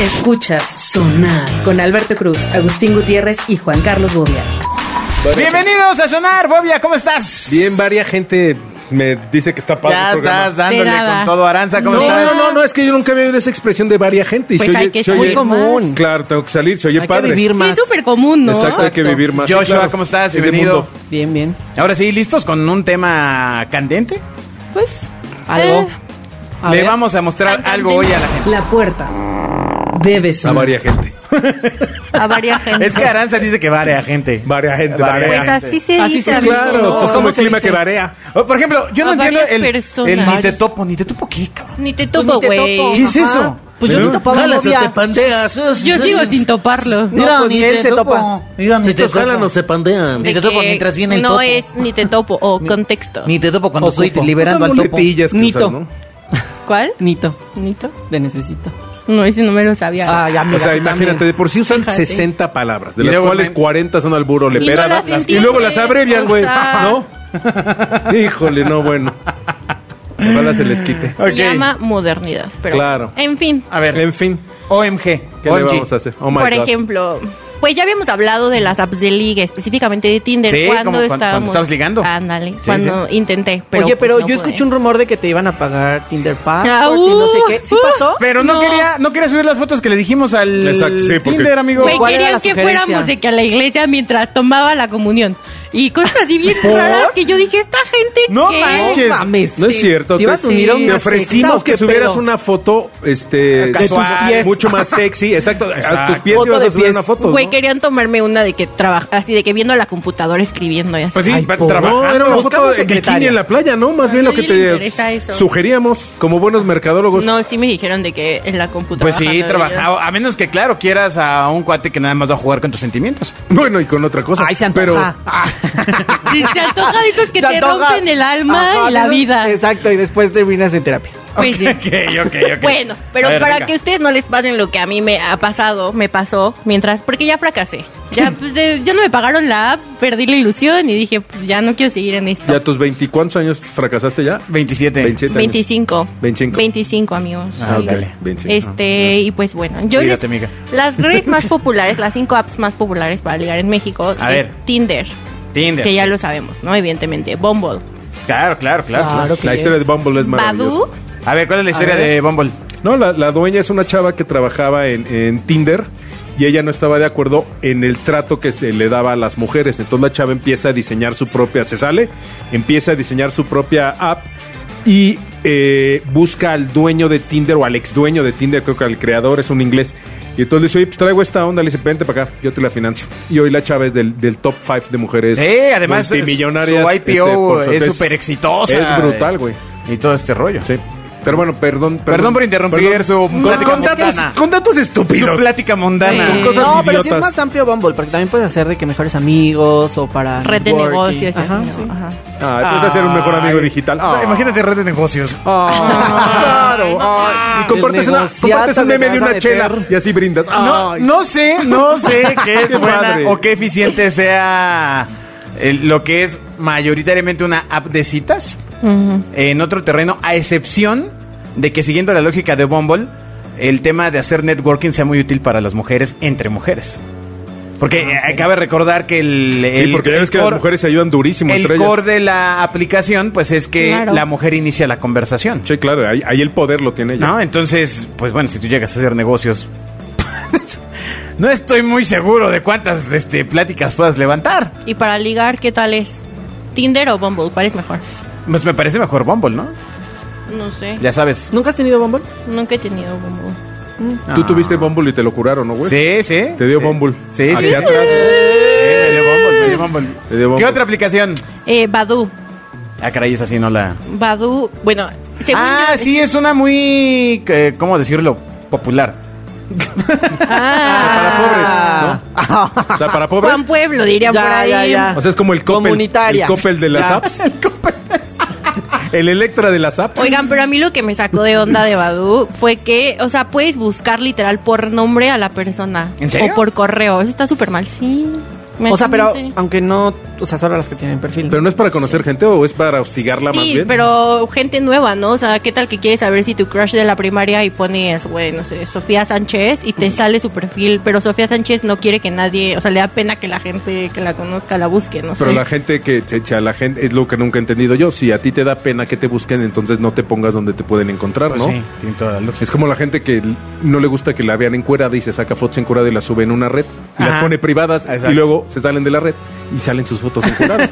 Escuchas Sonar con Alberto Cruz, Agustín Gutiérrez y Juan Carlos Bobia. Bienvenidos a Sonar, Bobia, ¿cómo estás? Bien, varias gente me dice que está padre Ya el programa. estás dándole De nada. con todo Aranza, ¿cómo No, estás? no, no, no, es que yo nunca había oído esa expresión de varia gente. Y Pues hay que se salir oye- común. Claro, tengo que salir, se oye Hay padre. que vivir Sí, más. súper común, ¿no? Exacto, hay que vivir más. Sí, Joshua, claro. ¿cómo estás? Es de Bienvenido. mundo. Bien, bien. Ahora sí, ¿listos con un tema candente? Pues, Algo. eh, A Le ver. vamos a mostrar Tan algo hoy candente. a la gente. La puerta debe A sonar. varia gente. a varias gente. Es que Aranza dice que varia gente. Varia gente, Varia. varia pues gente. así se Así dice. se- amigo. Claro, No, pues es como ¿cómo el se clima dice? que varea. O, Por ejemplo, yo no A entiendo varias el, personas. el ni te Varias. topo, ni te topo qué, cabrón. Ni te Pues topo, ni te güey. topo. ¿Qué es eso? Pues yo ¿Eh? me topaba un Jalas o novia. te pandeas. Yo sigo sin toparlo. Mira, No, pues ni ni él te se topo. topa. Mira, ni Si te te jalan, jalan no o se pandean. De Ni te topo que mientras viene el No topo. es ni te topo o contexto. Ni te topo cuando estoy Ocupo. liberando Son al topo. muletillas que Nito. usan, ¿no? ¿Cuál? Nito. ¿Nito? Te necesito. No, ese no me lo sabía. Ay, amiga, O sea, tú imagínate, de también. por sí usan Fíjate. 60 palabras, de Y las luego cuales me- 40 son alburo, le Y no pera, las las- y entiendes, luego las abrevian, o güey. sea. ¿No? Híjole, no, bueno. Ojalá se les quite. Se ok. llama modernidad. Pero Claro. En fin. A ver, En fin, OMG. ¿qué le OMG. vamos a hacer? Oh my por God. ejemplo, pues ya habíamos hablado de las apps de liga, específicamente de Tinder. Sí, cuando como cuando- estábamos. cuando estabas ligando. Ándale, Sí, cuando intenté. Oye, pues, pero no yo pude. escuché un rumor de que te iban a pagar Tinder Passport Ah, y no sé uh, qué. ¿Sí uh. pasó? Pero no, No. Quería, no quería subir las fotos que le dijimos al Exacto, sí, porque- Tinder, amigo. Me ¿Cuál era querían la que sugerencia? fuéramos de que a la iglesia mientras tomaba la comunión. Y cosas así bien raras que yo dije, esta gente No qué? manches. mames. No es sí. cierto, Te ibas a te- unir a una Te ofrecimos secta, ¿o qué que subieras pedo? una foto este, Casual. de tus pies. mucho más sexy. Exacto, a Exacto. tus pies Foto ibas de a subir pies. una foto. Güey, ¿no? querían tomarme una de que trabaja, así de que viendo la computadora escribiendo y así. Pues sí, Ay, pa- por- No, era trabajando. una Buscamos foto de secretaria. bikini en la playa, ¿no? Más A bien lo que nadie le interesa te eso. sugeríamos como buenos mercadólogos. No, sí me dijeron de que en la computadora. Pues sí, trabajaba. A menos que, claro, quieras a un cuate que nada más va a jugar con tus sentimientos. Bueno, y con otra cosa. Ay, se pero ah. antoja. Ah. Si te antoja de esos que Se te antoja. rompen el alma Ajá, y la eso- vida. Exacto, y después terminas en terapia. Pues sí. Ok, ok, ok. Bueno, pero A ver, para venga. que a ustedes no les pasen lo que a mí me ha pasado, me pasó, mientras, porque ya fracasé. Ya, pues, de- ya no me pagaron la app, perdí la ilusión y dije, pues, ya no quiero seguir en esto. ya tus 20, ¿cuántos años fracasaste ya? 27. 27 años. 25. 25. 25, amigos. Ah, Sí. ok. 25. Este, y pues bueno, yo Cuídate, les- amiga. las redes más populares, las cinco apps más populares para ligar en México A es ver. Tinder, Tinder. que ya lo sabemos, ¿no? Evidentemente, Bumble, Claro, claro, claro. Claro. que la historia de Bumble es maravillosa. Badoo, A ver, ¿cuál es la historia ver. de Bumble? No, la, la dueña es una chava que trabajaba en, en Tinder y ella no estaba de acuerdo en el trato que se le daba a las mujeres. Entonces la chava empieza a diseñar su propia, se sale, empieza a diseñar su propia app y eh, busca al dueño de Tinder o al ex dueño de Tinder, creo que al creador es un inglés. Y entonces le dice, oye, pues traigo esta onda, le dice, vente para acá, yo te la financio. Y hoy la chava es del, del top 5 de mujeres Sí, además, multimillonarias. este, su IPO por suerte, es súper exitosa. Es brutal, güey. Y todo este rollo. Sí. Pero bueno, perdón. Perdón por interrumpir su Con- plática con, datos, mundana. con datos Su estúpidos. plática mundana. Con Eh, cosas no, pero sí es idiotas. más amplio Bumble, porque también puedes hacer de que mejores amigos o para red de networking. negocios y Ajá, así, ¿no? sí. Ajá. Ah, empieza a ser un mejor amigo Ay. digital. Ah, Ah. Imagínate red de negocios. Ah, claro. ah. Y compartes, El una, negociazo compartes un que meme me de vas a una chela meter. y así brindas. Ah, No, Ay. no sé, no sé qué, Qué buena padre. o qué eficiente sea el- lo que es mayoritariamente una app de citas en otro terreno, a excepción de que siguiendo la lógica de Bumble, el tema de hacer networking sea muy útil para las mujeres entre mujeres. Porque eh, cabe recordar que el... Sí, el- porque ya el ves que las core- mujeres se ayudan durísimo El entre core ellas. de la aplicación, pues es que Claro. la mujer inicia la conversación. Sí, claro, ahí, ahí el poder lo tiene ella. ¿No? Entonces, pues bueno, si tú llegas a hacer negocios. no estoy muy seguro de cuántas este, pláticas puedas levantar. Y para ligar, ¿qué tal es? ¿Tinder o Bumble? ¿Cuál es mejor? Pues me parece mejor Bumble, ¿no? No sé, Ya sabes. ¿Nunca has tenido Bumble? nunca he tenido Bumble. Tú Ah. tuviste Bumble y te lo curaron, ¿no, güey? Sí, sí. Te dio sí. Bumble. Sí, sí. Aquí sí. atrás. Sí, me dio Bumble, me dio Bumble. Me dio Bumble. ¿Qué otra aplicación? Eh, Badoo, Ah, caray, esa sí no la... Badoo, bueno, según ah, yo- sí, es una muy... eh, ¿Cómo decirlo? Popular. Para pobres, ¿no? O sea, para pobres. Ah. Juan Pueblo, dirían Ya, por ahí. ya, ya. O sea, es como el Coppel. El Comunitaria. Coppel de las Ya. apps. El Electra de las apps. Oigan, pero a mí lo que me sacó de onda de Badu fue que, o sea, puedes buscar literal por nombre a la persona. ¿En serio? O por correo. Eso está súper mal, sí. Me o sea, pero parece. aunque no, o sea, solo las que tienen perfil. Pero no es para conocer gente o es para hostigarla más Sí, bien. pero gente nueva, ¿no? O sea, ¿qué tal que quieres saber si tu crush de la primaria y pones, güey, no sé, Sofía Sánchez y te sale su perfil, pero Sofía Sánchez no quiere que nadie, o sea, le da pena que la gente que la conozca la busque, no Pero sé. la gente que echa la gente es lo que nunca he entendido yo. Si a ti te da pena que te busquen, entonces no te pongas donde te pueden encontrar, Pues ¿no? Sí, tiene toda la lógica. Es como la gente que l- no le gusta que la vean encuerada y se saca fotos encuerada y las sube en una red y Ajá. las pone privadas Exacto. y luego se salen de la red y salen sus fotos encueradas.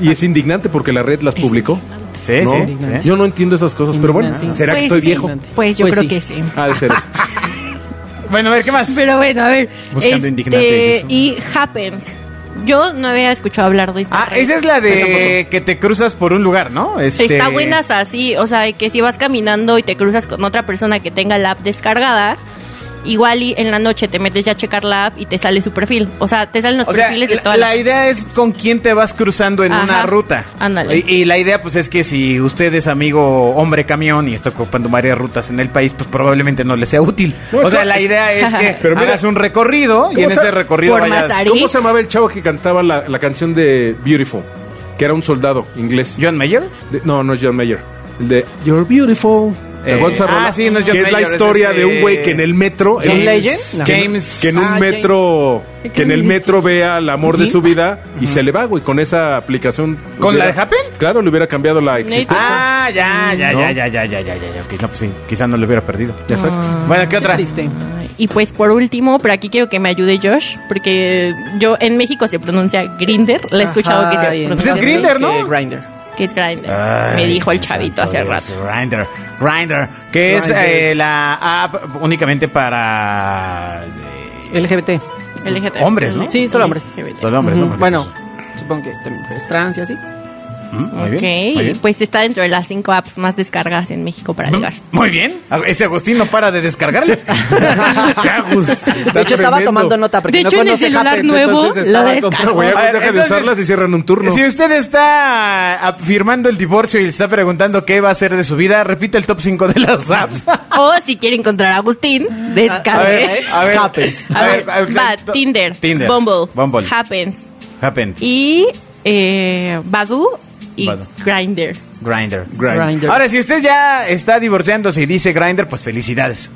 y es indignante porque la red las publicó. Sí, ¿no? sí, sí. Yo no entiendo esas cosas, pero bueno, Indignante. ¿será Pues que estoy sí, viejo? Pues yo Pues creo sí. que sí. Ah, de ser eso. Bueno, a ver, ¿qué más? Pero bueno, a ver. Buscando este, indignante, Jesús. Y Happens. Yo no había escuchado hablar de esta Ah, red. esa es la de que te cruzas por un lugar, ¿no? Este- Está buenas así, o sea, que si vas caminando y te cruzas con otra persona que tenga la app descargada, igual y en la noche te metes ya a checar la app y te sale su perfil. O sea, te salen los O sea, perfiles de la- toda la, la, idea es con quién te vas cruzando en Ajá. una ruta. Ándale. Y, y la idea, pues, es que si usted es amigo hombre camión y está ocupando varias rutas en el país, pues probablemente no le sea útil. No, o sea, es- la idea es que Pero mira- hagas un recorrido y ¿Cómo en se- ese recorrido por vayas. Mazarí? ¿Cómo se llamaba el chavo que cantaba la, la canción de Beautiful? Que era un soldado inglés. ¿John Mayer? De- no, no es John Mayer. El de You're Beautiful. ¿Te Eh, acuerdas de esa ah, rola? sí, no es John Que es la Mayer, es historia este- de un güey que en el metro. ¿John en- Legend? No. Que, en- James. Que en un Ah, metro. Que en el metro vea al amor de Ujú. su vida y se le va, güey, con esa aplicación. ¿Con la hubiera- de Happn? Claro, le hubiera cambiado la existencia. Ah, ya, ya, ¿No? ya, ya, ya, ya, ya, ya, ya. Ok, no, pues sí, quizá no lo hubiera perdido. Exacto. Ah, Bueno, ¿qué otra? triste. Y pues por último, pero aquí quiero que me ayude Josh, porque yo en México se pronuncia Grinder, la he escuchado que Ay, se en- pronuncia Pues es así, Grindr, que ¿no? Grindr. que es Grinder. Ay, Me dijo el chavito hace santo rato. Dios, Grindr, Grindr, que es Grindr. eh, la app únicamente para eh, LGBT. LGBT. Hombres, ¿no? Sí, solo hombres. solo hombres, ¿no? Ujú. Porque, Bueno, supongo que también es trans y así. pues, mm, muy Ok, bien, muy bien. pues está dentro de las cinco apps más descargadas en México para ligar. Muy bien. Ese Agustín no para de descargarle. ¿Qué Agus? De hecho, estaba tremendo. tomando nota porque De no hecho, en el conoce celular Happn, nuevo entonces lo estaba descargo. comprando- Güey, ya A ver, deja de Ah, entonces- usarlas y cierran un turno. Si usted está afirmando el divorcio y está preguntando qué va a hacer de su vida, repite el top 5 de las apps. O si quiere encontrar a Agustín, A ver, descargue. a ver. Happens. A ver, va, Tinder, Tinder, Bumble, Bumble. Happens Happen. y eh, Badu y Badoo. Grinder. Grinder. Grindr. Ahora, si usted ya está divorciándose y dice Grinder, pues felicidades.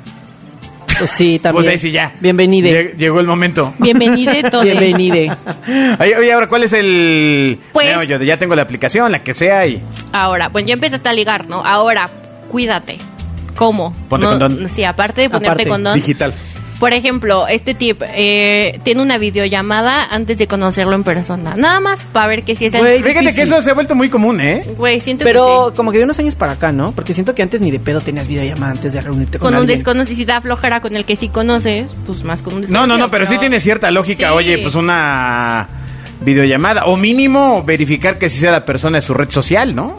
Pues sí, también. Pues ahí sí ya. Bienvenide. Lle- Llegó el momento. Bienvenido todos. Bienvenide. Ay, Oye, ahora, ¿cuál es el Pues- meollo de ya tengo la aplicación, la que sea y... Ahora, bueno, ya empezaste a ligar, ¿no? Ahora, cuídate. ¿Cómo? Ponte No, condón. Sí, aparte de ponerte Aparte, condón. Digital. Por ejemplo, este tip, eh, tiene una videollamada antes de conocerlo en persona. Nada más para ver que si es el... Güey, Fíjate que difícil. eso se ha vuelto muy común, ¿eh? Güey, siento Pero que sí. como que de unos años para acá, ¿no? Porque siento que antes ni de pedo tenías videollamada antes de reunirte con, Con un alguien. desconocido, si da flojera con el que sí conoces, pues más con un No, desconocido. no, no, pero sí tiene cierta lógica. Sí. Oye, pues una videollamada. O mínimo verificar que sí sea la persona de su red social, ¿no?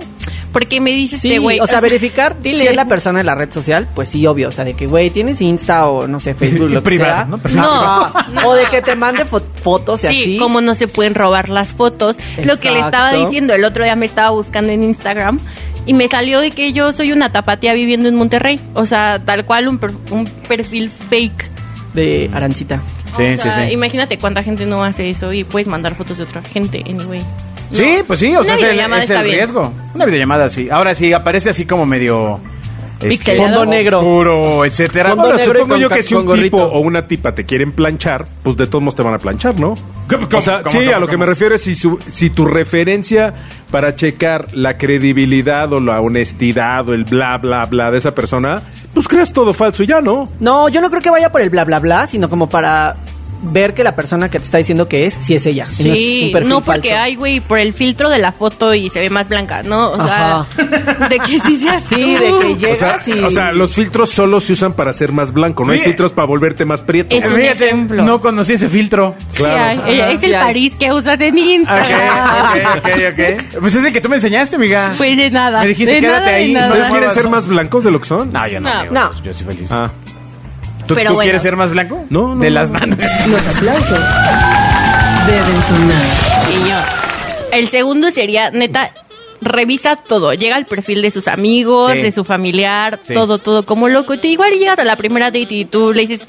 Porque me dices Sí, este güey. o sea, verificar dile. si es la persona de la red social, pues sí, obvio. O sea, de que, güey, tienes Insta o, no sé, Facebook, lo que Privado, sea. ¿no? Perfil No, Ah, O de que te mande fo- fotos y Sí, así. como no se pueden robar las fotos. Lo que le estaba Exacto. diciendo, el otro día me estaba buscando en Instagram y me salió de que yo soy una tapatía viviendo en Monterrey. O sea, tal cual un, per- un perfil fake. De Arancita. Sí, O sea, sí, sí. Imagínate cuánta gente no hace eso y puedes mandar fotos de otra gente, anyway. Sí, pues sí, o Una sea, es el- videollamada es el, está bien. riesgo. Una videollamada, sí. Ahora sí, aparece así como medio... este, Pixelado. Fondo negro. Oscuro, etcétera. Fondo Ahora, negro y supongo con yo ca- que si un con gorrito. tipo o una tipa te quieren planchar, pues de todos modos te van a planchar, ¿no? ¿Cómo, cómo, o sea, cómo, sí, cómo, a lo que cómo? me refiero es si, su- si tu referencia para checar la credibilidad o la honestidad o el bla, bla, bla de esa persona, pues creas todo falso y ya, ¿no? No, yo no creo que vaya por el bla, bla, bla, sino como para ver que la persona que te está diciendo que es, si es ella. y no es un Sí, perfil no porque falso. hay, güey, por el filtro de la foto y se ve más blanca, ¿no? O sea, de que sí sea así. Ah, Sí, de que O sea, llegas y... o sea, los filtros solo se usan para ser más blanco, no hay Sí. filtros para volverte más prieto. Es un Fíjate, ejemplo. No conocí ese filtro. Sí claro. hay. eh, Ajá, es sí el hay. París que usas en Instagram. Ok, ok, ok, ok. Pues es el que tú me enseñaste, amiga. Pues de nada. Me dijiste, de quédate nada, de ahí. nada. ¿Ustedes quieren ser más blancos de lo que son? No, yo no. No. yo- No. Yo soy feliz. Ah. ¿Tú, Pero tú bueno. quieres ser más blanco? No, no, De no, las no. manos. Los aplausos deben sonar. Y yo. El segundo sería, neta, revisa todo. Llega al perfil de sus amigos, Sí. de su familiar, Sí. todo, todo, como loco. Y tú igual llegas a la primera date y tú le dices,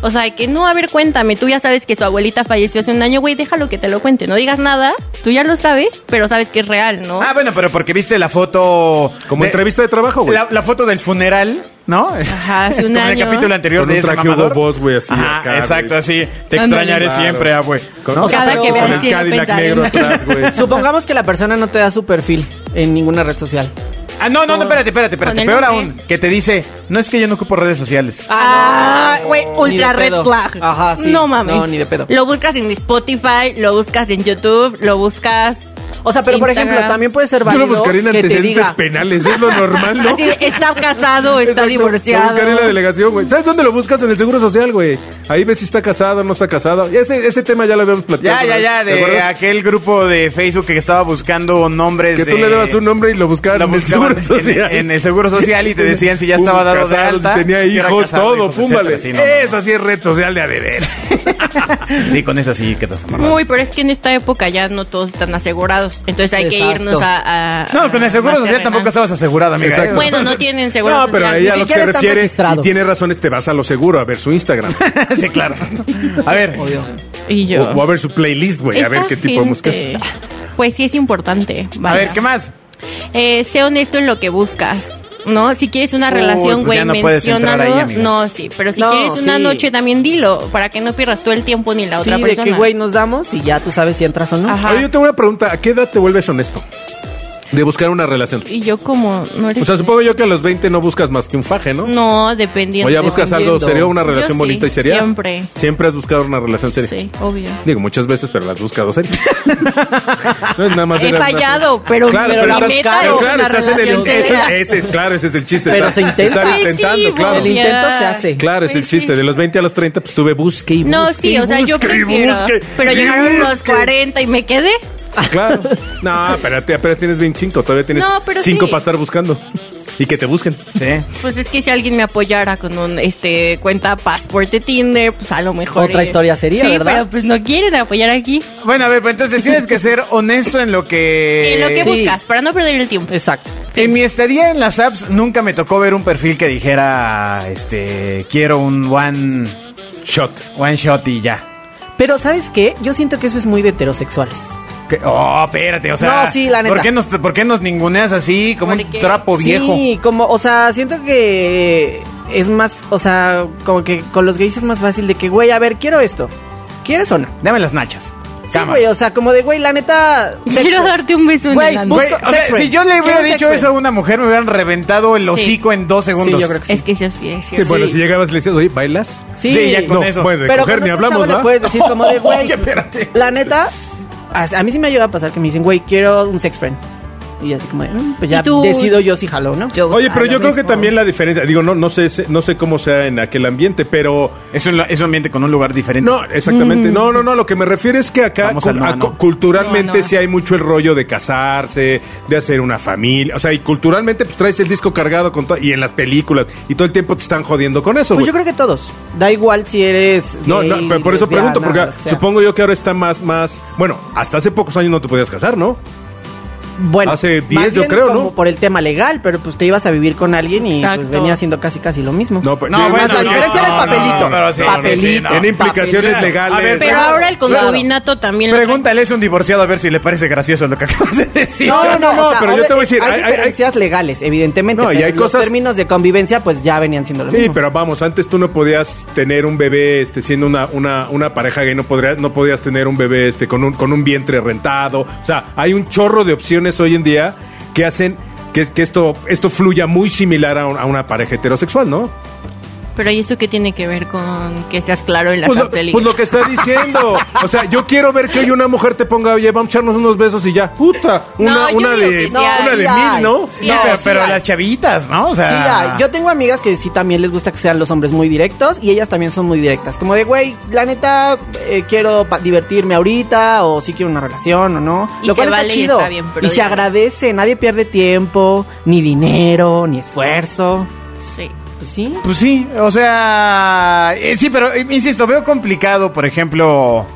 O sea, que no, a ver, cuéntame, tú ya sabes que su abuelita falleció hace un año, güey, déjalo que te lo cuente, no digas nada, tú ya lo sabes, pero sabes que es real, ¿no? Ah, bueno, pero porque viste la foto. Como entrevista de trabajo, güey. La, la foto del funeral, ¿no? Ajá, hace un Como en el año. capítulo anterior Con de un ese traje mamador. Hugo Boss, güey, así Ajá, acá, exacto, güey. así. Te Ándale. extrañaré Claro. siempre, ah, güey. Con- ¿No? o sea, Cada pero que con vean el siempre Cadillac pensar en- negro atrás, güey. Supongamos que la persona no te da su perfil en ninguna red social. Ah, no, no, no, espérate, espérate, Con espérate. el Peor nombre. aún, que te dice, no es que yo no ocupo redes sociales. Ah, güey, ultra Ni de red pedo. flag. Ajá, sí. No mames. No, ni de pedo. Lo buscas en Spotify, lo buscas en YouTube, lo buscas. O sea, pero por Instagram. ejemplo, también puede ser Yo válido lo buscaría en que te antecedentes diga... penales, es lo normal, ¿no? Así de, está casado, está Exacto, Lo divorciado. buscaré en la delegación, güey. ¿Sabes dónde lo buscas? En el Seguro Social, güey. Ahí ves si está casado o no está casado. Ya Ese, ese tema ya lo habíamos Ya, platicado. ya, ya, ¿te de acuerdas? aquel grupo de Facebook que estaba buscando nombres Que tú de- le dabas un nombre y lo buscaban Lo en el buscaban Seguro Social. En, en el Seguro Social y te decían si ya Pum, estaba dado casado, de alta. si tenía si era hijos, casado, todo, hijos, púmbale. etcétera. Sí, Esa sí es red social de ADD. no, no. Sí, con esa sí que te has amarrado. Uy, pero es que en esta época ya no todos están asegurados. Entonces hay que Exacto. irnos a. a- No, con el a Seguro más Social tampoco terrenal. estabas asegurada, amiga. Exacto. Bueno, no tienen seguro No, pero social. a ella Ni lo que siquiera se están refiere, registrados. y tiene razones, te vas a lo seguro, a ver su Instagram. sí, claro. A ver, Y o, yo. o a ver su playlist, güey, a ver Esta qué tipo de música es. gente, Pues sí es importante. a vaya. ver, ¿qué más? Eh, sé honesto en lo que buscas, ¿no? Si quieres una Uy, relación, pues güey, ya no puedes entrar menciónalo. ahí, amiga. no, sí, pero si No, quieres una sí. noche también dilo, para que no pierdas todo el tiempo ni la otra Sí, de persona. Ah, que, güey, nos damos y ya tú sabes si entras o no. Ajá. Oye, yo tengo una pregunta. ¿A qué edad te vuelves honesto de buscar una relación? Y yo como no eres O sea, supongo yo que a los 20 no buscas más que un faje, ¿no? no, dependiendo. O ya buscas algo Dependiendo. serio, una relación sí, bonita y seria. siempre. Siempre has buscado una relación seria. Sí, obvio. Digo, muchas veces, pero las has buscado seria. no es nada más He de la- fallado, pero, Claro, pero pero la estás- meta pero es claro, una estás en el- relación ese- seria. Ese, es claro, ese es el chiste. Pero estar- se intenta. Estar Pues sí, intentando, claro. El obvio. intento se hace. Claro, es el Pues sí. chiste. De los 20 a los 30, pues tuve busque y No, busque sí, y o sea, yo busque y prefiero. busque Pero y llegaron los busque. 40 y me quedé. Claro. No, espérate, apenas tienes 25, todavía tienes No, pero 5 sí. para estar buscando. Y que te busquen. Sí. Pues es que si alguien me apoyara con un este cuenta pasporte Tinder, pues a lo mejor. Otra historia sería, sí, ¿verdad? Pero pues no quieren apoyar aquí. Bueno, a ver, pues entonces tienes que ser honesto en lo Eh, que... en lo que sí. buscas, para no perder el tiempo. Exacto. En mi estadía en las apps nunca me tocó ver un perfil que dijera, este, quiero un one, Shot. one shot y ya. Pero ¿sabes qué? Yo siento que eso es muy de heterosexuales. Que- Oh, espérate, o sea, No, sí, la neta. ¿por, qué nos, ¿por qué nos ninguneas así como un Porque- trapo viejo? Sí, como, o sea, siento que es más, o sea, como que con los gays es más fácil de que, güey, a ver, quiero esto. ¿Quieres o no? Dame las nachas. Sí, Cámara. güey, o sea, como de, güey, la neta... sexo. Quiero darte un beso en Güey, el ano. busco- Güey, o sea, sex friend. si yo le hubiera Quiero dicho sex eso a una mujer, me hubieran reventado el hocico en dos segundos. yo creo que sí. Es que eso sí es Que cierto. bueno, si llegabas y le decías, oye, ¿bailas? Sí, Sí, ya con no, eso. bueno, de pero coger con ni otro hablamos, chavo le ¿va? puedes decir como de, güey, Oye, espérate. la neta, a, a mí sí me ayuda a pasar que me dicen, güey, quiero un sex friend. Y así como de, mm, pues ya ¿Y tú? decido yo si jalo, ¿no? Yo Oye, pero buscaba yo lo creo que mismo. también la diferencia, digo, no, no sé, no sé cómo sea en aquel ambiente, pero Es un, es un ambiente con un lugar diferente. no, Mm. exactamente. No, no, no. Lo que me refiero es que acá Vamos cul- al no, no. a- No, culturalmente no. sí hay mucho el rollo de casarse, de hacer una familia. O sea, y culturalmente pues traes el disco cargado con todo. Y en las películas. Y todo el tiempo te están jodiendo con eso, güey. Pues yo creo que todos. Da igual si eres. No, gay, no, pero por eso lesbiana, pregunto, porque lo que sea. supongo yo que ahora está más, más. Bueno, hasta hace pocos años no te podías casar, ¿no? Bueno, hace más 10 yo bien creo, como ¿no? por el tema legal, pero pues te ibas a vivir con alguien y pues, Exacto. venía haciendo casi casi lo mismo. pero- No, bueno, la diferencia era el papelito. pero sí, Papelito. sí, sí, no. pues, En implicaciones Papelito. legales. A ver, Pero Claro, ahora el claro. concubinato también lo Pregúntale eso a un divorciado a ver si le parece gracioso lo que acabas de decir. No, no, no, pero yo obvia- te voy a decir, Hay, hay- hay- diferencias legales, evidentemente. No, y pero hay los cosas- términos de convivencia, pues ya venían siendo lo Sí, mismo. pero vamos, antes tú no podías tener un bebé este, siendo una, una, una pareja gay, no, podrías, no podías tener un bebé este, con, un, con un vientre rentado. O sea, hay un chorro de opciones hoy en día que hacen que, que esto, esto fluya muy similar a, un- a una pareja heterosexual, ¿no? Pero ¿y eso qué tiene que ver con que seas claro en las Pues lo, apps de ligue? pues lo que está diciendo. O sea, yo quiero ver que hoy una mujer te ponga, oye, vamos a echarnos unos besos y ya. Puta, una, No, yo una digo de, que sí una hay. de Sí mil, hay. ¿no? Sí, No, pero, sí, pero hay. las chavitas, ¿no? O Sí, Ah. sea, ya, yo tengo amigas que sí también les gusta que sean los hombres muy directos y ellas también son muy directas. Como de, güey, la neta, eh, quiero pa- divertirme ahorita o sí quiero una relación o no. Y Lo se cual está vale y chido. está bien, pero Y se digo- agradece, nadie pierde tiempo, ni dinero, ni esfuerzo. Sí. Pues sí. Pues sí, o sea, eh, sí, pero eh, insisto, veo complicado, por ejemplo,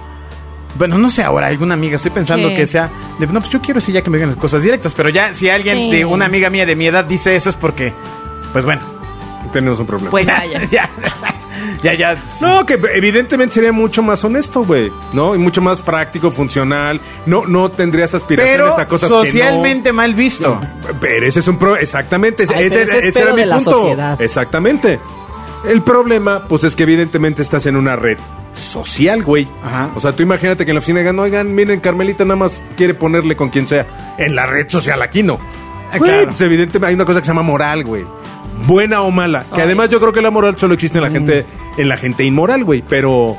bueno, no sé ahora, alguna amiga, estoy pensando ¿Qué? que sea, de, no, pues yo quiero sí ya que me digan las cosas directas, pero ya si alguien Sí. de una amiga mía de mi edad dice eso es porque, pues bueno, Tenemos un problema. Pues vaya. ya, Ya, ya. No, que evidentemente sería mucho más honesto, güey, ¿no? Y mucho más práctico, funcional. No, no tendrías aspiraciones Pero a cosas socialmente mal visto. que no. Pero ese es un problema, exactamente. Ese, Ay, ese pero era, ese es ese era pedo mi de la punto. sociedad. Exactamente. El problema, pues, es que evidentemente estás en una red social, güey. Ajá. O sea, tú imagínate que en la oficina digan, oigan, miren, Carmelita nada más quiere ponerle con quien sea. En la red social aquí no. Ah, Güey, claro. pues, evidentemente hay una cosa que se llama moral, güey. Buena o mala. Que Ay. además yo creo que la moral solo existe Mm. en la gente, en la gente inmoral, güey. Pero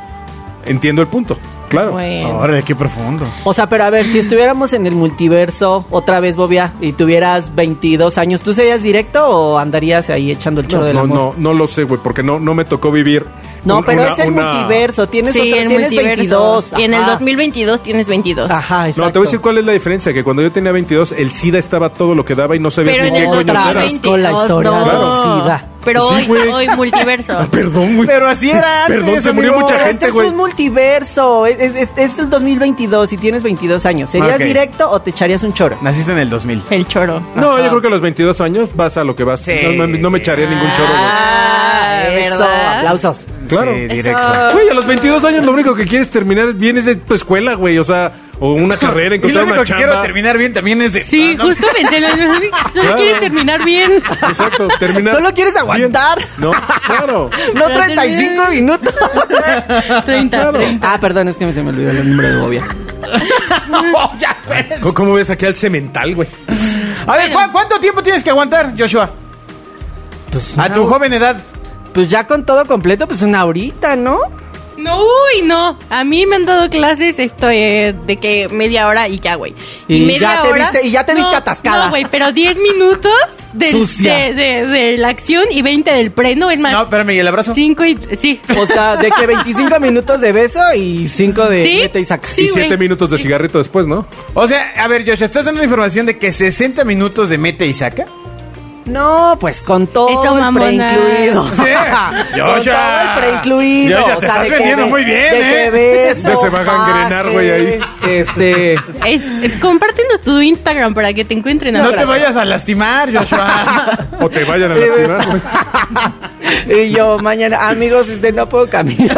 entiendo el punto. Claro. Bueno. Órale, qué profundo. O sea, pero a ver, si estuviéramos en el multiverso otra vez, Bobia, y tuvieras 22 años, ¿tú serías directo o andarías ahí echando el choro No, del no, amor? no, no lo sé, güey, porque no, no me tocó vivir. No, un- pero una- es el una- multiverso, tienes sí, otro- el tienes multiverso. 22. Y en el ajá. Ah, 2022 tienes 22. Ajá, exacto. No, te voy a decir cuál es la diferencia, que cuando yo tenía 22, el SIDA estaba todo lo que daba y no sabía Pero ni en qué el Otra coño era. vez con 2022 la historia no. del SIDA. Pero Sí, hoy, güey. hoy multiverso. Perdón, güey. Pero así era. antes, Perdón, se murió amigo. mucha Pero gente, este güey. es un multiverso, es, es- es- es el 2022 y tienes 22 años. ¿Serías Ok. directo o te echarías un choro? Naciste en el 2000. El choro. No, yo creo que a los 22 años vas a lo que vas. Sí, no, no- no me sí. echaría ningún choro, güey. Ah, eso, ¿verdad? aplausos. Claro. Sí, directo. Eso. Güey, a los 22 años lo único que quieres terminar bien es de tu escuela, güey. O sea, o una carrera, Y lo encontrar único una que quiero chamba. terminar bien también es de... Sí, Ah, no. justamente. lo- Solo Claro. quieren terminar bien. Exacto, terminar. Solo quieres aguantar. bien. No, claro. No 35 minutos. 30, Claro. 30. Ah, perdón, es que se me olvidó el nombre de Bobia. ¿Cómo- ¿Cómo ves aquí al cemental, güey? A ver, ¿cu- ¿cuánto tiempo tienes que aguantar, Joshua? Pues, A tu joven edad. Pues ya con todo completo, pues una horita, ¿no? No, uy, no. A mí me han dado clases esto eh, de que media hora y ya, güey. Y ya media te viste- y ya te viste atascada. No, güey, pero 10 minutos del- Sucia. de, de- de la acción y 20 del preno. Es No, más, espérame, ¿y el abrazo? 5 y. Sí. O sea, de que 25 minutos de beso y 5 de ¿Sí? neta y saca. Sí, y siete güey. minutos de cigarrito después, ¿no? O sea, a ver, Joshua, estás dando la información de que 60 minutos de mete y saca. No, pues con todo Eso, el mamona. preincluido. Sí. Con todo Joshua. el preincluido. Joshua, o te sea, estás de que vendiendo be- muy bien, de que ¿eh? beso, Se va a gangrenar, güey, ahí. faje, Este. Es, es- compártenos tu Instagram para que te encuentren. No te abrazos. vayas a lastimar, Joshua. O te vayan a lastimar, güey. Y yo mañana, amigos, este, no puedo caminar.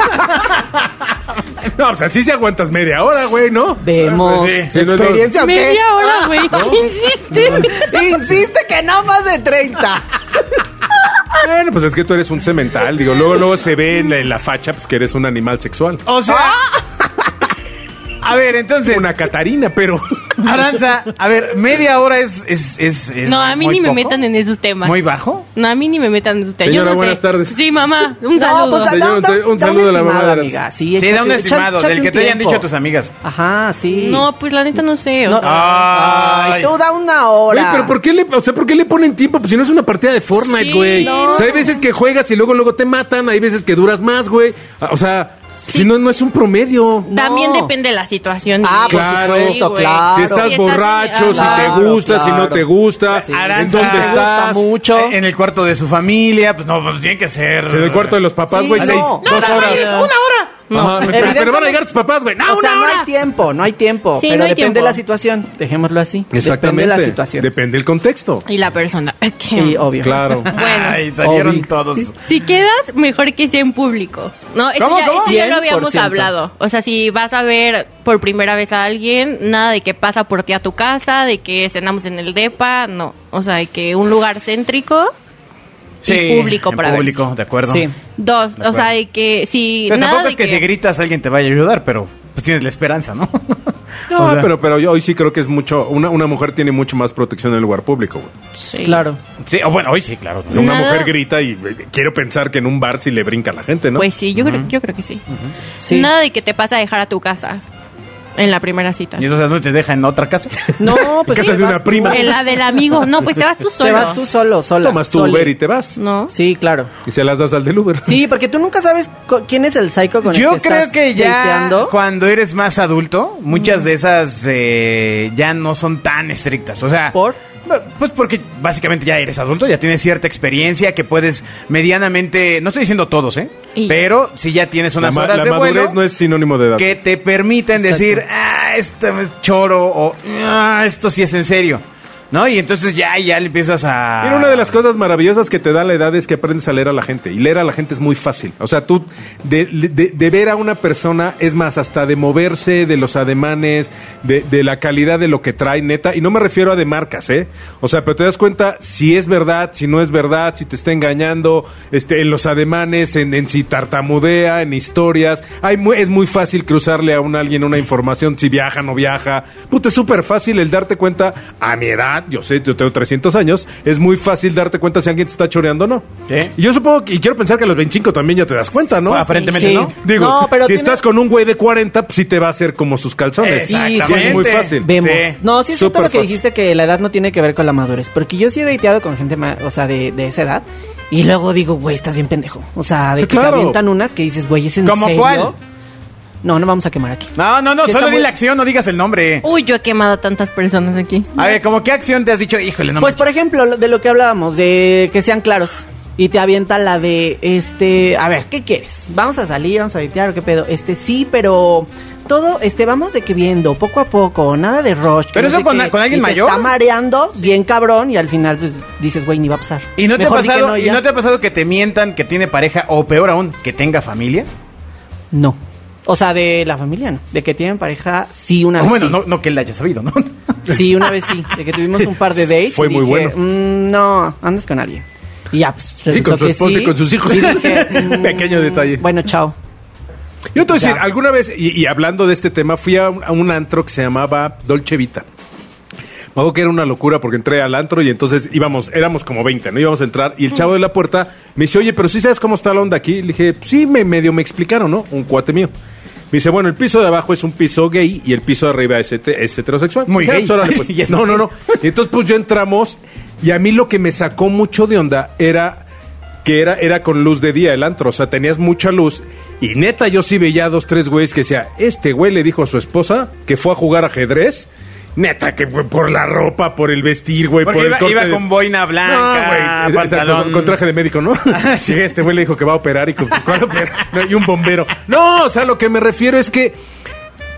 No, o sea, sí se aguantas media hora, güey, ¿no? Vemos. Pues sí. ¿Experiencia o qué? Ah. Media hora, güey. Insiste. Insiste que no más de 30. Bueno, pues es que tú eres un cemental. Digo, luego, luego se ve en la, en la facha pues, que eres un animal sexual. Oh, O sea... Ah. A ver, entonces, Una Catarina, pero. Aranza, a ver, media hora es... es, es, es No, a mí muy ni me poco. metan en esos temas. ¿Muy bajo? No, a mí ni me metan en esos temas. Yo Señora, no sé. buenas tardes. Sí, mamá. Un No, saludo. pues, Señor, da- da- un- un da saludo a la estimado, mamá de amiga. Aranza. Sí, Sí, da un échate- estimado échate del un que te hayan tiempo. dicho tus amigas. Ajá, sí. No, pues la neta no sé. O No, sea, Ah, Ay, tú da una hora. Güey, pero ¿por qué, le, o sea, ¿por qué le ponen tiempo? Pues si no es una partida de Fortnite, Sí, güey. no. O sea, hay veces que juegas y luego, luego te matan. Hay veces que duras más, güey. Ah, O sea, Sí. si no, no es un promedio. También No. depende de la situación. Ah, por Claro. supuesto, Sí, güey. claro. Si estás Si estás- borracho, si te Claro, gusta, si no claro. te gusta, Sí. en Aranza, dónde ¿te gusta estás. mucho? Ocho. Eh, En el cuarto de su familia, pues no, pues tiene que ser. En el cuarto de los papás, Sí, güey, no. seis, No, dos no, horas. es una hora! pero, pero van a llegar tus papás, güey. ¡No, o sea, una no hora! hay tiempo, no hay tiempo. Sí, pero no hay depende tiempo. de la situación. Dejémoslo así. Exactamente. Depende de la situación. Depende del contexto. Y la persona. Ok. Sí, obvio. Claro. Bueno. Ay, salieron Obvio. todos. Si quedas, mejor que sea en público. No, eso, ¿Cómo, ya, cómo? eso ya lo habíamos 100%. hablado. O sea, si vas a ver por primera vez a alguien, nada de que pasa por ti a tu casa, de que cenamos en el DEPA, no. O sea, de que un lugar céntrico y público en para ver. público, de acuerdo. Sí. Dos, De o sea, acuerdo. de que si Pero nada tampoco de es que, si gritas alguien te vaya a ayudar, pero pues tienes la esperanza, ¿no? No, O sea, pero, pero yo hoy sí creo que es mucho. Una, una mujer tiene mucho más protección en el lugar público, güey. Sí. Claro. Sí, o bueno, hoy sí, claro. O sea, Una Nada. mujer grita y eh, quiero pensar que en un bar sí le brinca a la gente, ¿no? Pues sí, yo creo, yo creo que sí. Sí. Nada de que te pasa a dejar a tu casa en la primera cita. Y entonces no te deja en otra casa. No, pues. Casa te de una vas tú. prima. En la del amigo, no, pues te vas tú solo. Te vas tú solo, sola. Tomas tu sole. Uber y te vas. No. Sí, claro. Y se las das al del Uber. Sí, porque tú nunca sabes co- quién es el psycho con Yo el que creo estás que ya dateando. Mm. cuando eres más adulto, muchas de esas eh, ya no son tan estrictas. O sea, ¿Por? pues porque básicamente ya eres adulto, ya tienes cierta experiencia que puedes medianamente, no estoy diciendo todos, ¿eh? Y- Pero si ya tienes La, unas ma- horas la de madurez vuelo no es sinónimo de edad. que te permiten Exacto. decir, ah, este es choro o ah, esto sí es en serio. ¿No? Y entonces ya, ya le empiezas a. Mira, una de las cosas maravillosas que te da la edad es que aprendes a leer a la gente. Y leer a la gente es muy fácil. O sea, tú, de, de- de ver a una persona, es más, hasta de moverse, de los ademanes, de, de la calidad de lo que trae, neta. Y no me refiero a de marcas, ¿eh? O sea, pero te das cuenta si es verdad, si no es verdad, si te está engañando, este, en los ademanes, en, en si tartamudea, en historias. Hay mu- es muy fácil cruzarle a un alguien una información, si viaja, no viaja. Puta, es súper fácil el darte cuenta, a mi edad, yo sé, yo tengo 300 años, es muy fácil darte cuenta si alguien te está choreando o no. Sí. Y yo supongo, que- y quiero pensar que a los 25 también ya te das cuenta, ¿no? Sí, Aparentemente sí. no. Digo, No, pero si tiene- estás con un güey de 40, pues sí te va a hacer como sus calzones. Exactamente. Es muy fácil. Vemos. Sí. No, sí es cierto Súper lo que fácil. dijiste que la edad no tiene que ver con la madurez. Porque yo sí he dateado con gente, ma- o sea, de, de esa edad. Y luego digo, güey, estás bien pendejo. O sea, de Sí, que se claro. avientan unas que dices, güey, ¿es en ¿Cómo serio? cuál? No, no vamos a quemar aquí. No, no, no, Sí, solo está di muy- la acción, no digas el nombre. Uy, yo he quemado a tantas personas aquí. A ver, ¿cómo qué acción te has dicho? Híjole, no pues, manches. por ejemplo, lo- de lo que hablábamos, de que sean claros. Y te avienta la de, este, a ver, ¿qué quieres? ¿Vamos a salir? ¿Vamos a datear? o ¿Qué pedo? Este, sí, pero todo, este, vamos de que viendo, poco a poco, nada de rush. que Pero eso sé con- qué. con alguien Y te mayor. está mareando bien cabrón y al final, pues, dices, güey, ni va a pasar. ¿Y no, te ha Mejor di que pasado, no, ¿Y ya. no te ha pasado que te mientan que tiene pareja o peor aún, que tenga familia? No. O sea, de la familia, ¿no? De que tienen pareja, sí, una O vez. Oh, bueno, Ah, sí. no, no que él la haya sabido, ¿no? Sí, una vez sí. De que tuvimos un par de dates. Fue y muy dije, bueno. "Mm, no, andas con alguien. Y ya, pues. resultó con su que esposa y con sus hijos. "Mm, Pequeño detalle". Bueno, chao. Yo te voy a decir, Ya. alguna vez, y, y hablando de este tema, fui a un, a un antro que se llamaba Dolce Vita. Me acuerdo que era una locura porque entré al antro y entonces íbamos, éramos como 20, ¿no? Íbamos a entrar y el chavo de la puerta me dice, oye, pero sí sabes cómo está la onda aquí. Le dije, sí, me medio me explicaron, ¿no? Un cuate mío. Me dice, bueno, el piso de abajo es un piso gay y el piso de arriba es, hete- es heterosexual. Muy Ya, gay. pues, órale, pues. Y es no, no, no. Y entonces pues yo entramos y a mí lo que me sacó mucho de onda era que era, era con luz de día el antro, o sea, tenías mucha luz. Y neta, yo sí veía dos, tres güeyes que decía, este güey le dijo a su esposa que fue a jugar ajedrez. Neta, que fue por la ropa, por el vestir, güey, Porque por el iba- corte iba de- con boina blanca, No, güey, exacto, pantalón. con traje de médico, ¿no? Sí, este güey le dijo que va a operar y con ¿cuál opera? No, y un bombero. No, o sea, lo que me refiero es que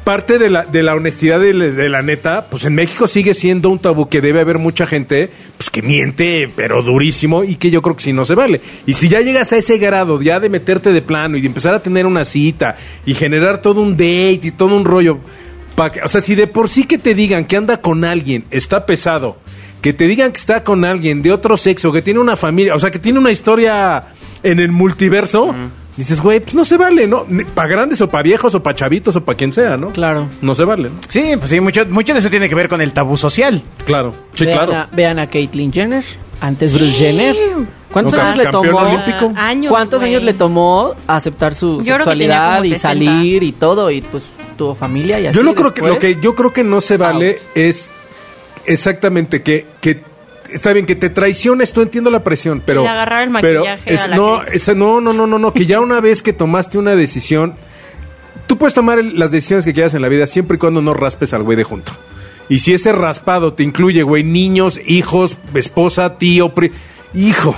parte de la, de la honestidad de, la- de la neta, pues en México sigue siendo un tabú que debe haber mucha gente pues que miente, pero durísimo, y que yo creo que si no se vale. Y si ya llegas a ese grado ya de meterte de plano y de empezar a tener una cita y generar todo un date y todo un rollo, pa' que- o sea, si de por sí que te digan que anda con alguien, está pesado, que te digan que está con alguien de otro sexo, que tiene una familia, o sea, que tiene una historia en el multiverso. Dices, güey, pues no se vale, ¿no? Para grandes o para viejos o para chavitos o para quien sea, ¿no? Claro. No se vale, ¿no? Sí, pues sí, mucho, mucho de eso tiene que ver con el tabú social. Claro. Sí, vean claro. A, vean a Caitlyn Jenner. Antes Bruce Jenner. ¿Cuántos No, años cam- le campeón tomó? olímpico. Ah, años, ¿Cuántos güey. años le tomó aceptar su Yo creo que tenía como sexualidad y 60. salir y todo? Y pues tuvo familia y así. Yo no creo que lo después. que yo creo que no se vale Ouch. es exactamente que, que está bien que te traiciones, tú entiendo la presión, pero Le agarrar el pero maquillaje es- a la no, Cris. esa- no, no, no, no, no, que ya una vez que tomaste una decisión, tú puedes tomar el- las decisiones que quieras en la vida siempre y cuando no raspes al güey de junto. Y si ese raspado te incluye, güey, niños, hijos, esposa, tío, pri- hijo,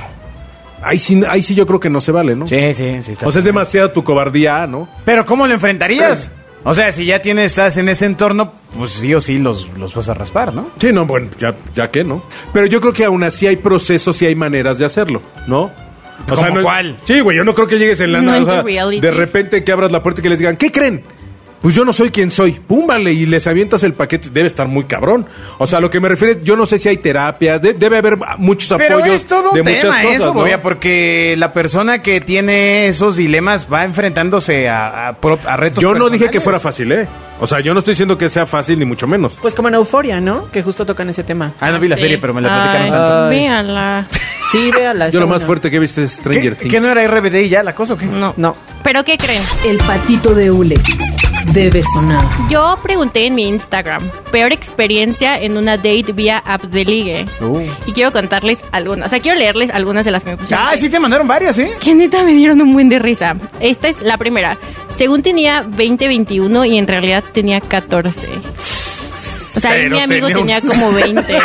ahí sí, ahí sí yo creo que no se vale, ¿no? Sí, sí, sí. Está O sea, es demasiado tu cobardía, ¿no? Pero ¿cómo lo enfrentarías? O sea, si ya tienes, estás en ese entorno, pues sí o sí los, los vas a raspar, ¿no? Sí, no, bueno, ya, ya que no. Pero yo creo que aún así hay procesos y hay maneras de hacerlo, ¿no? ¿Cómo cuál? Sí, güey, yo no creo que llegues en la No nada. es o sea, de reality. de repente que abras la puerta y que les digan, ¿qué creen? Pues yo no soy quien soy. Pum, vale, y les avientas el paquete. Debe estar muy cabrón. O sea, lo que me refiero es, yo no sé si hay terapias, de- debe haber muchos Pero apoyos es todo un de tema muchas cosas. eso, ¿no? Bobia, porque la persona que tiene esos dilemas va enfrentándose a, a pro- a retos Yo no dije que personales. fuera fácil, ¿eh? O sea, yo no estoy diciendo que sea fácil, ni mucho menos. Pues como en Euforia, ¿no? Que justo tocan ese tema. Ah, no vi la Sí. serie, pero me la Ay, platicaron tanto. tanto. Véanla. Sí, véanla. Yo lo está más buena. fuerte que he visto es Stranger ¿Qué, Things. qué no era RBD y ya la cosa o qué? No. No. ¿Pero qué creen? El patito de hule debe sonar. Yo pregunté en mi Instagram, peor experiencia en una date vía app de ligue. Uh. Y quiero contarles algunas. O sea, quiero leerles algunas de las que me pusieron. Ah, sí te mandaron varias, ¿eh? Que neta me dieron un buen de risa. Esta es la primera. Según tenía 20, 21 y en realidad tenía 14. O sea, ahí Pero mi amigo tenía un- tenía como 20.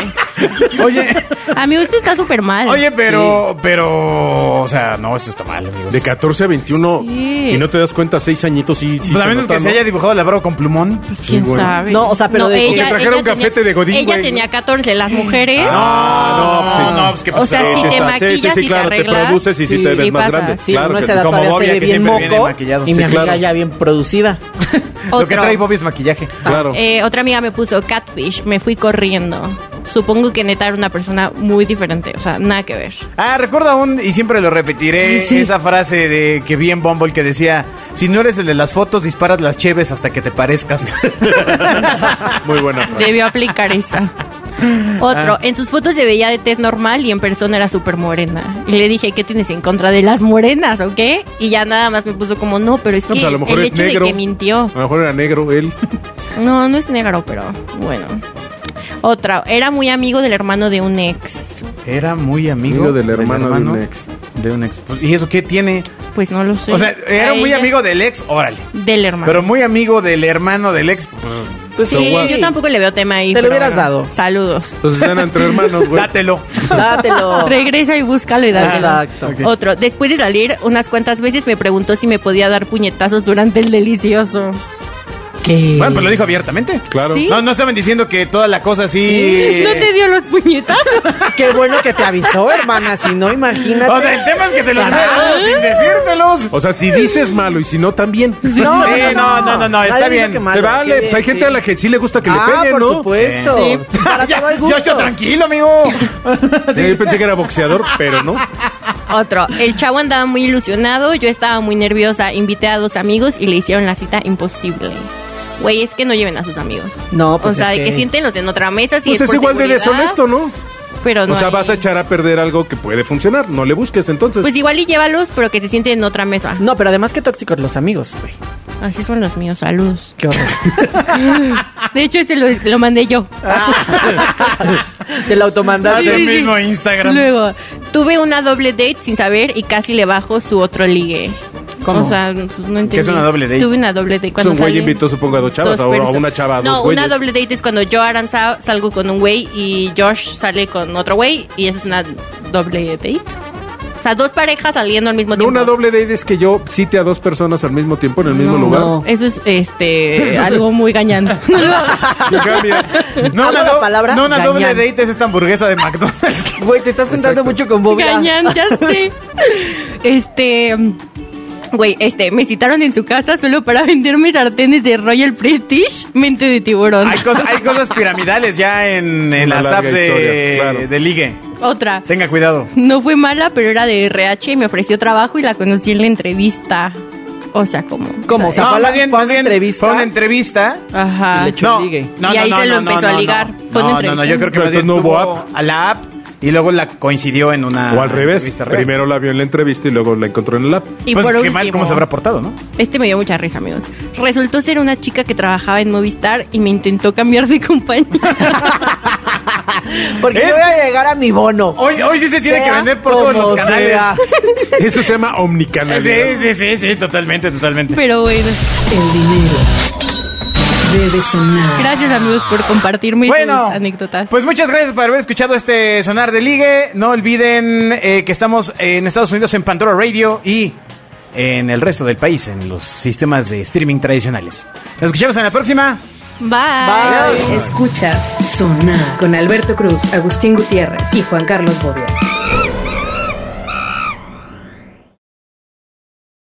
Oye, A mí usted está súper mal. oye, pero, pero, o sea, no, esto está mal, amigos. De 14 a 21 Sí. y no te das cuenta, 6 añitos y... Pues a menos que se haya dibujado la brava con plumón. Pues, quién güey. sabe. No, o sea, pero de- Que trajera un cafete de Godín, Ella güey. tenía 14, las mujeres. Ah, no, no, sí. no, pues qué ¿Eh? o sea, pasó? si Sí, te está. Sí, maquillas sí, sí, y claro, te te arreglas. produces y sí te ves más grande. Sí, Claro uno a que esa sí. edad Como todavía Bobia, se ve que bien siempre viene moco maquillado, y sí, mi amiga claro. ya bien producida. Lo que Otro. trae Bobby es maquillaje. Claro. Eh, otra amiga me puso catfish, me fui corriendo. Supongo que neta era una persona muy diferente, o sea, nada que ver. Ah, recuerdo aún, y siempre lo repetiré, Sí. esa frase de que vi en Bumble que decía, si no eres el de las fotos, disparas las cheves hasta que te parezcas. Muy buena frase. Debió aplicar esa. Ah. Otro, en sus fotos se veía de tez normal y en persona era súper morena. Y le dije, ¿qué tienes en contra de las morenas o qué? Y ya nada más me puso como, no, pero es No, que pues, a lo mejor el es hecho negro. de que mintió. A lo mejor era negro él. No, no es negro, pero bueno. Otra, era muy amigo del hermano de un ex. Era muy amigo, Amigo del hermano de un ex. de un ex. Pues, ¿Y eso qué tiene? Pues no lo sé. O sea, era A muy ella- amigo del ex, órale. Del hermano. Pero muy amigo del hermano del ex. pues, sí, yo tampoco le veo tema ahí. Te pero lo hubieras dado. Saludos. Entonces eran entre hermanos, güey. Dátelo. Dátelo. Regresa y búscalo y dale. Exacto. Ok. Otro. Después de salir unas cuantas veces me preguntó si me podía dar puñetazos durante el delicioso. ¿Qué? Bueno, pues lo dijo abiertamente. Claro. Sí. No, no estaban diciendo que toda la cosa así... eh, ¿No te dio los puñetazos? Qué bueno que te avisó, hermana. Si no, imagínate. O sea, el tema es que te los Carajo. hubiera dado sin decírtelos. O sea, si dices malo y si no, también. No, no, no, no, no, está Nadie dijo bien. que malo, se vale. qué Pues bien, hay gente sí. a la que sí le gusta que ah, le peguen, por ¿no? supuesto. Sí. Para todo hay Yo estoy gustos. tranquilo, amigo. Sí, Yo pensé que era boxeador, pero no. Otro. El chavo andaba muy ilusionado, yo estaba muy nerviosa. Invité a dos amigos y le hicieron la cita imposible. Güey, es que no lleven a sus amigos. No, pues O sea, es de que, que- siéntenlos en otra mesa. Si Pues es por igual de seguridad, deshonesto, ¿no? Pero no. o sea, hay- vas a echar a perder algo que puede funcionar. No le busques entonces. Pues igual y llévalos, pero que se sienten en otra mesa. No, pero además que tóxicos los amigos, güey. Así son los míos, saludos. Qué horror. De hecho, este lo, lo mandé yo. Ah, Ah, Te la Haz automandaste. el mismo Instagram. Luego, tuve una doble date sin saber y casi le bajo su otro ligue. ¿Cómo? O sea, pues, no entendí. ¿Qué es una doble date? Tuve una doble date. Pues Cuando un güey salen invitó, supongo, a dos chavas, a- a personas. una chava, a dos No, güeyes. una doble date es cuando yo, Aranza, salgo con un güey y Josh sale con otro güey y eso es una doble date. O sea, dos parejas saliendo al mismo No, tiempo. una doble date es que yo cite a dos personas al mismo tiempo en el mismo No, lugar. no. Eso es este algo muy gañando. Y acá, mira, No, Amo una, la do- palabra no una doble gañán. date es esta hamburguesa de McDonald's. que- Güey, te estás juntando mucho con Bobia. Gañán, ya sé. Este. Güey, este, me citaron en su casa solo para venderme sartenes de Royal Prestige, mente de tiburón. Hay, cos- hay cosas piramidales ya en, en Una las larga apps de, historia, claro. de ligue. Otra. Tenga cuidado. No fue mala, pero era de RH y me ofreció trabajo y la conocí en la entrevista. O sea, como. ¿Cómo? O sea, No, fue la- más bien, fue más una bien, entrevista. Fue una entrevista. Ajá. Le echó- No, ligue. no, Y no, ahí no, se lo no, empezó no, a no. ligar. Fue una No, no, no, yo creo que entrevista. Pero más bien entonces no tuvo hubo app. a la app y luego la coincidió en una O al revés. Ah, entrevista real. Primero la vio en la entrevista y luego la encontró en el app. Y pues por qué último, mal cómo se habrá portado, ¿no? este me dio mucha risa, amigos. Resultó ser una chica que trabajaba en Movistar y me intentó cambiar de compañía. Ah, Porque Es- yo voy a llegar a mi bono. Hoy, hoy sí se tiene Sea que vender por todos como los canales. sea. Eso se llama Sí, omnicanalidad. sí, sí, sí, totalmente, totalmente. pero bueno. El dinero debe sonar. Gracias amigos por compartirme Bueno, sus anécdotas. pues muchas gracias por haber escuchado este sonar de ligue. No olviden eh, que estamos en Estados Unidos en Pandora Radio y en el resto del país en los sistemas de streaming tradicionales. Nos escuchamos en la próxima. Bye. Escuchas Sonar con Alberto Cruz, Agustín Gutiérrez y Juan Carlos Bobia.